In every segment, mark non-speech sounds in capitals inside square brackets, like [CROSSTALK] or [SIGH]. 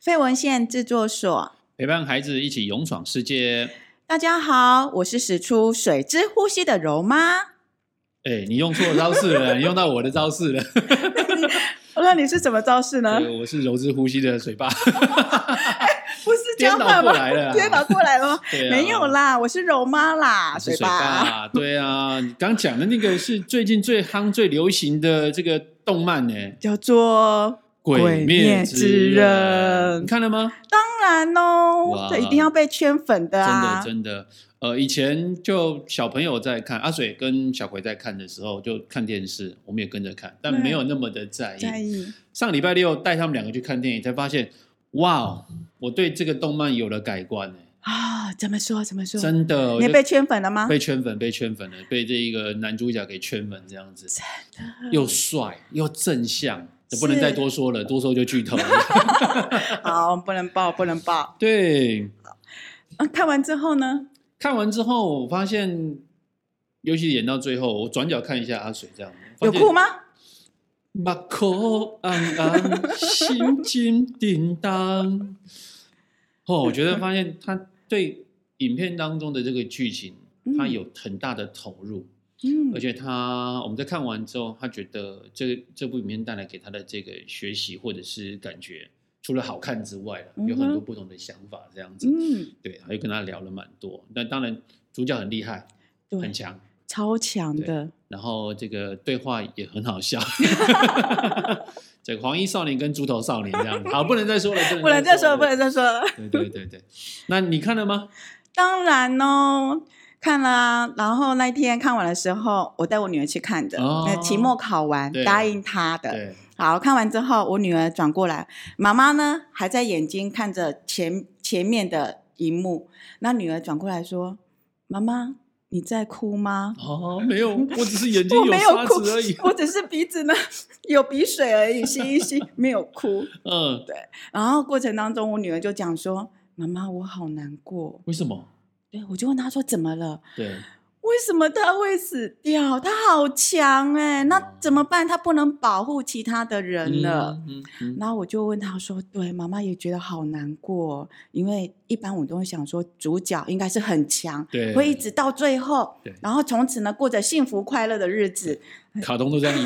费文献制作所。陪伴孩子一起勇闯世界。大家好，我是使出水之呼吸的柔妈。哎，你用错招 [LAUGHS] 式了，你用到我的招式了。哦那你是怎么招式呢？对我是柔之呼吸的水爸。不是交换颠倒过吗来了？[LAUGHS] 啊颠倒过来了吗？对啊没有啦，我是柔妈啦，是水水吧？爸，对啊，你刚讲的那个是最近最夯、最流行的这个动漫呢，《叫做鬼鬼灭之灭之刃你看了吗？当然哦哇，这一定要被圈粉的啊！真的真的，呃，以前就小朋友在看，阿水跟小葵在看的时候就看电视，我们也跟着看，但对没有那么的在意。在意上礼拜六带他们两个去看电影，才发现，哇哦，我对这个动漫有了改观呢，欸啊？怎么说？怎么说？哎真的，我你就被圈粉了吗？被圈粉，被圈粉了，被这一个男主角给圈粉，这样子，又帅又正向，是不能再多说了，多说就剧透了。 [LAUGHS] 好，不能爆，不能爆。对，啊看完之后呢？看完之后我发现，尤其演到最后，我转角看一下阿水这样，有哭？吗？目眶暗暗，心惊叮当。哦，我觉得发现他对影片当中的这个剧情，他嗯有很大的投入。嗯而，且他我们在看完之后，他觉得这这部影片带来给他的这个学习或者是感觉，除了好看之外啦，有很嗯哼多不同的想法这样子。嗯，对，他就跟他聊了蛮多。那当然，主角很厉害，很对，强，超强的，然后这个对话也很 [LAUGHS] 好笑。这个黄衣少年跟猪头少年这样子，好，不能再说了，不能再说了，不能了。再说了。对对对对，那你看了吗？当然哦，看了啊。然后那一天看完的时候，我带我女儿去看的，哦那期末考完对啊答应她的。对，好看完之后，我女儿转过来，妈妈呢还在眼睛看着前前面的荧幕。那女儿转过来说：“妈妈，你在哭吗？”哦，没有，我只是眼睛我没有沙哭子而已。，我只是鼻子呢有鼻水而已，吸一吸，没有哭。嗯，然后过程当中，我女儿就讲说：“妈妈，我好难过。为什么？”对，我就问她说：“怎么了？对。为什么她会死掉？她好强哎、嗯那怎么办？她不能保护其他的人了。嗯嗯嗯然后我就问她说：“对，妈妈也觉得好难过，因为一般我都会想说，主角应该是很强，对，会一直到最后对，然后从此呢过着幸福快乐的日子。” [LAUGHS] 卡通都这样演，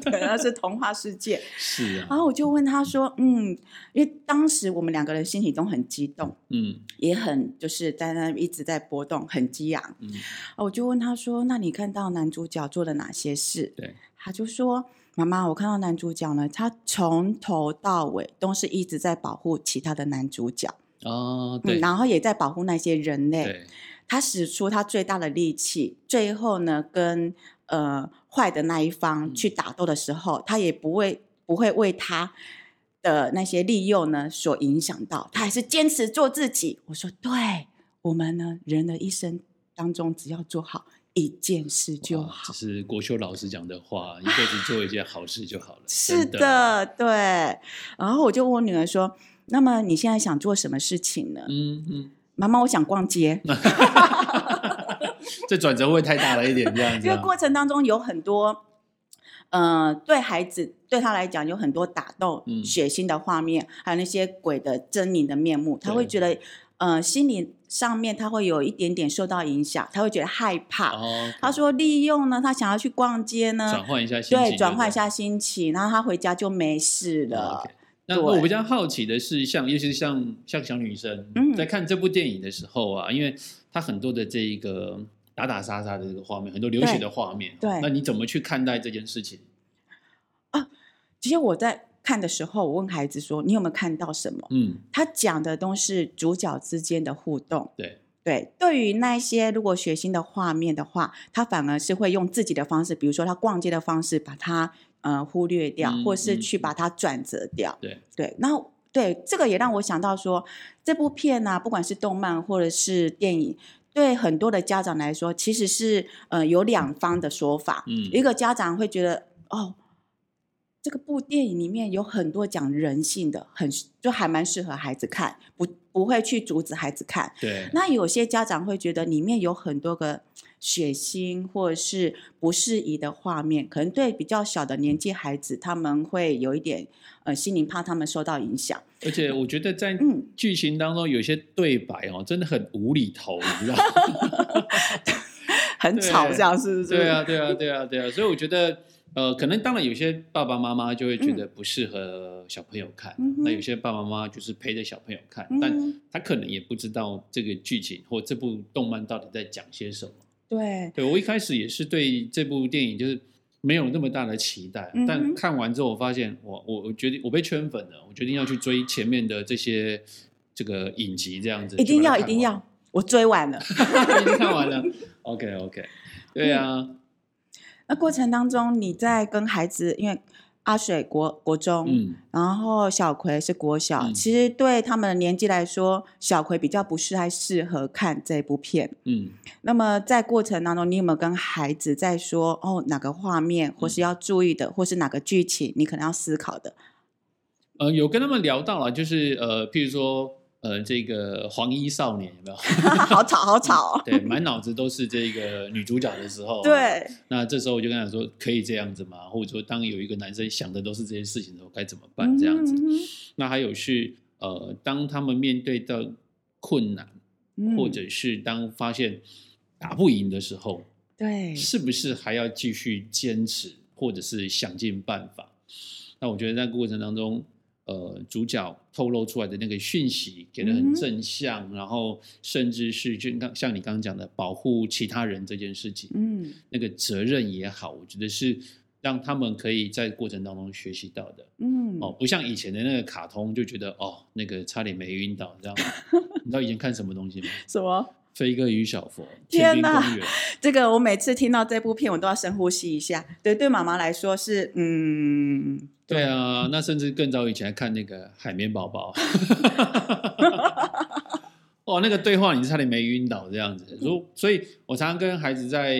对，那是童话世界。是啊然，后我就问他说：“嗯，因为当时我们两个人心里都很激动，嗯也很就是在那一直在波动，很激昂。嗯，我就问他说：‘那你看到男主角做了哪些事对，？’他就说：‘妈妈，我看到男主角呢，他从头到尾都是一直在保护其他的男主角，哦，嗯，对，然后也在保护那些人类。’对，他使出他最大的力气，最后呢，跟呃坏的那一方嗯去打斗的时候，他也不会不会为他的那些利诱呢所影响到，他还是坚持做自己。我说，对我们呢，人的一生当中，只要做好一件事就哇好这。哦是国修老师讲的话，一辈子做一件好事就好了。是真，的，对。然后我就问我女儿说：“那么你现在想做什么事情呢？”嗯嗯，妈妈，我想逛街。这转折会太大了一点，这样子因为啊。过程当中有很多，呃，对孩子对他来讲有很多打斗、嗯血腥的画面，还有那些鬼的狰狞的面目，他对会觉得，呃，心理上面他会有一点点受到影响，他会觉得害怕。哦，他说利用呢，他想要去逛街转呢，换一下心情，对，转换一下心情，然后他回家就没事了。哦，OK。那对我比较好奇的是像，尤其是像像小女生、嗯在看这部电影的时候啊，因为她很多的这一个打打杀杀的这个画面，很多流血对的画面，啊对那你怎么去看待这件事情？其实我在看的时候，我问孩子说：“你有没有看到什么？”嗯，他讲的都是主角之间的互动。对，对，对于那一些如果血腥的画面的话，他反而是会用自己的方式，比如说他逛街的方式，把它呃忽略掉，嗯或是嗯去把它转折掉。对对，那对这个也让我想到说，这部片啊呢、不管是动漫或者是电影。对很多的家长来说，其实是呃有两方的说法。嗯一个家长会觉得哦，这个部电影里面有很多讲人性的，很就还蛮适合孩子看，不不会去阻止孩子看。对，那有些家长会觉得里面有很多个血腥或者是不适宜的画面，可能对比较小的年纪孩子，他们会有一点呃心灵怕他们受到影响。而且我觉得在嗯剧情当中有些对白哦，真的很无厘头，你知道吗？很吵，对这样是不是？对啊，对啊，对啊，对啊。所以我觉得，呃，可能当然有些爸爸妈妈就会觉得不适合小朋友看，嗯哼那有些爸爸妈妈就是陪着小朋友看，嗯，但他可能也不知道这个剧情或这部动漫到底在讲些什么。对，对我一开始也是对这部电影就是没有那么大的期待，嗯哼但看完之后我发现我，我我决定我被圈粉了，我决定要去追前面的这些这个影集，这样子一定要，一就把它看完定，要，我追完了。 [LAUGHS] 已经看完了。OK OK，对啊，那过程当中，你在跟孩子，因为阿水国国中，嗯，然后小葵是国小，嗯其实对他们的年纪来说，小葵比较不适太适合看这部片。嗯，那么在过程当中，你有没有跟孩子在说哦哪个画面，或是嗯要注意的，或是哪个剧情，你可能要思考 [LAUGHS] 的？呃，有跟他们聊到了，就是呃，譬如说呃，这个黄衣少年有没有？ [LAUGHS] 好吵，好吵、哦。对，满脑子都是这个女主角的时候，。啊对，那这时候我就跟他说，可以这样子吗？或者说，当有一个男生想的都是这些事情的时候，该怎么办？这样子。嗯那还有是呃，当他们面对到困难，嗯或者是当发现打不赢的时候，对，是不是还要继续坚持，或者是想尽办法？那我觉得在过程当中，呃，主角透露出来的那个讯息给的很嗯哼正向，然后甚至是就刚像你刚刚讲的，保护其他人这件事情，嗯那个责任也好，我觉得是让他们可以在过程当中学习到的。嗯哦，不像以前的那个卡通，就觉得哦，那个差点没晕倒，这样。 [LAUGHS] 你知道以前看什么东西吗？什么？飞哥与小佛，天兵哪公园，这个我每次听到这部片，我都要深呼吸一下。对，对妈妈来说是嗯，对啊，那甚至更早以前还看那个海绵宝宝，哦，那个对话你差点没晕倒这样子。如所以，我常常跟孩子在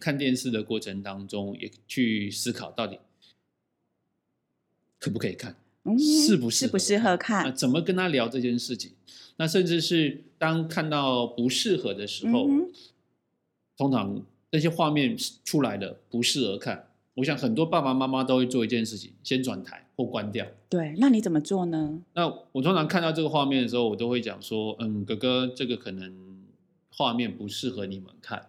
看电视的过程当中，也去思考到底可不可以看。嗯适不适适呃不适合看？那怎么跟他聊这件事情？那甚至是当看到不适合的时候，嗯哼通常那些画面出来了不适合看，我想很多爸爸妈妈都会做一件事情，先转台或关掉。对，那你怎么做呢？那我通常看到这个画面的时候，我都会讲说，嗯，哥哥，这个可能画面不适合你们看，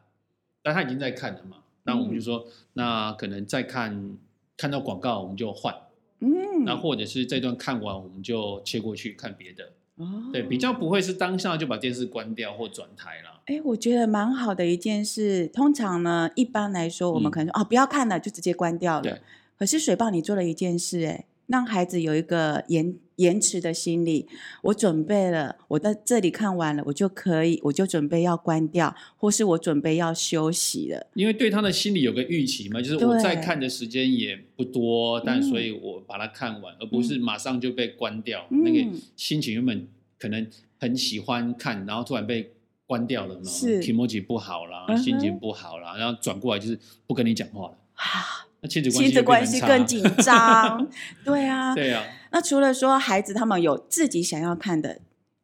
但他已经在看了嘛，那我们就说，那可能再看看到广告我们就换，嗯，那或者是这段看完我们就切过去看别的，哦对，比较不会是当下就把电视关掉或转台啦。哎，我觉得蛮好的一件事。通常呢，一般来说，我们嗯可能说、哦，不要看了，就直接关掉了对。可是水豹，你做了一件事，哎，让孩子有一个延延迟的心理。我准备了，我在这里看完了，我就可以，我就准备要关掉，或是我准备要休息了。因为对他的心里有个预期嘛，就是对我在看的时间也不多，但嗯所以我把它看完，而不是马上就被关掉。嗯那个心情原本可能很喜欢看，然后突然被关掉了嘛，是情绪不好啦，嗯哼心情不好啦，然后转过来就是不跟你讲话了，啊，那亲子关亲系子就关变系很差更。紧 [LAUGHS] 张。对啊，对啊，那除了说孩子他们有自己想要看的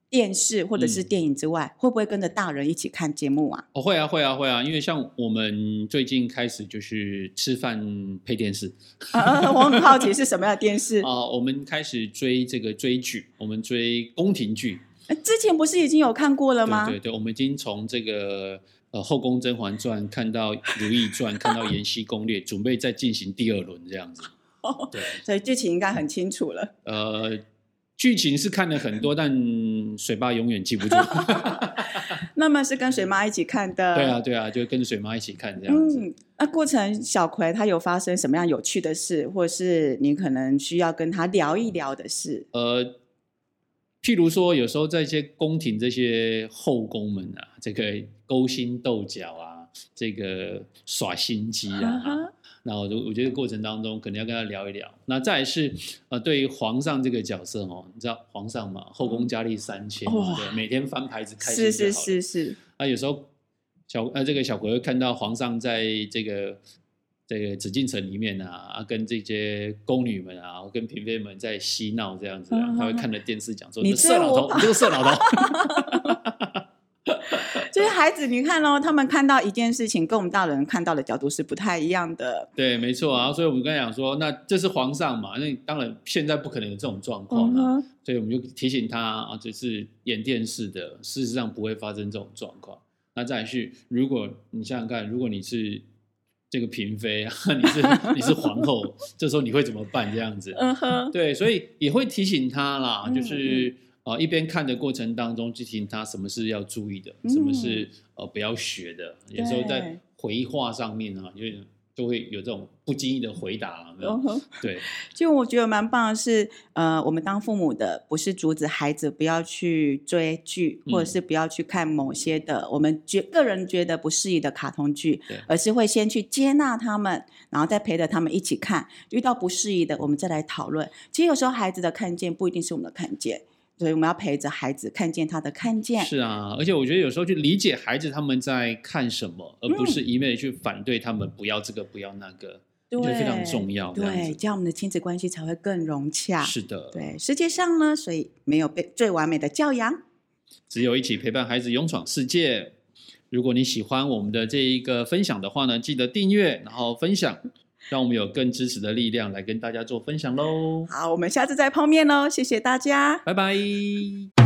电视或者是嗯电影之外，会不会跟着大人一起看节目 [LAUGHS] 啊？ [LAUGHS] 哦，会啊，会啊，会啊，因为像我们最近开始就是吃饭配电视，呃，我很好奇是什么样的电视。啊、我们开始追这个追剧，我们追宫廷剧，呃之前不是已经有看过了吗？对对对，我们已经从这个呃《后宫甄嬛传》看到《如懿传》，看到《延禧攻略》，准备再进行第二轮这样子。对，所以剧情应该很清楚了。呃，剧情是看了很多，但水爸永远记不住。 [LAUGHS] 那么是跟水妈一起看的。对啊，对啊，就跟着水妈一起看这样子。嗯，那过程小葵她有发生什么样有趣的事，或是你可能需要跟她聊一聊的事？呃，譬如说，有时候在一些宫廷这些后宫们啊，这个勾心斗角啊，这个耍心机啊啊，哈那我就我觉得过程当中可能要跟他聊一聊。那再来是呃，对于皇上这个角色哦，你知道皇上嘛，后宫佳丽三千嘛，哇对，每天翻牌子开心是就好是了是是，啊，有时候小呃这个小葵会看到皇上在这个这个紫禁城里面啊，啊跟这些宫女们啊，跟嫔妃们在嬉闹这样子、啊，嗯他会看着电视讲说：“你这色追老我头，你这个色老 [LAUGHS] 头。 [LAUGHS] 就是孩子，你看哦，他们看到一件事情，跟我们大人看到的角度是不太一样的”。对，没错啊。所以我们刚才讲说，那这是皇上嘛，那当然现在不可能有这种状况嗯啊。哼，所以我们就提醒他啊，就是演电视的，事实上不会发生这种状况。那再来是，如果你想想看，如果你是这个嫔妃啊， [LAUGHS] 你是你是皇后，这时候你会怎么办？这样子，嗯哼，对，所以也会提醒他啦，嗯就是呃一边看的过程当中，提醒他什么是要注意的，嗯什么是呃不要学的。有时候在对回话上面啊，就就会有这种不经意的回答了，有没有嗯哼。 [LAUGHS] 对，啊就我觉得蛮棒的是，呃，我们当父母的不是阻止孩子不要去追剧，嗯或者是不要去看某些的、我们觉个人觉得不适宜的卡通剧对，而是会先去接纳他们，然后再陪着他们一起看。遇到不适宜的，我们再来讨论。其实有时候孩子的看见不一定是我们的看见，所以我们要陪着孩子看见他的看见。是啊，而且我觉得有时候去理解孩子他们在看什么，而不是一味地去反对他们不要这个不要那个，我对，觉得非常重要这样子对，这样我们的亲子关系才会更融洽。是的，啊对，世界上呢，所以没有被最完美的教养。只有一起陪伴孩子勇闯世界。如果你喜欢我们的这一个分享的话呢，记得订阅，然后分享，让我们有更支持的力量来跟大家做分享喽。哦好，我们下次再碰面喽，谢谢大家。拜拜。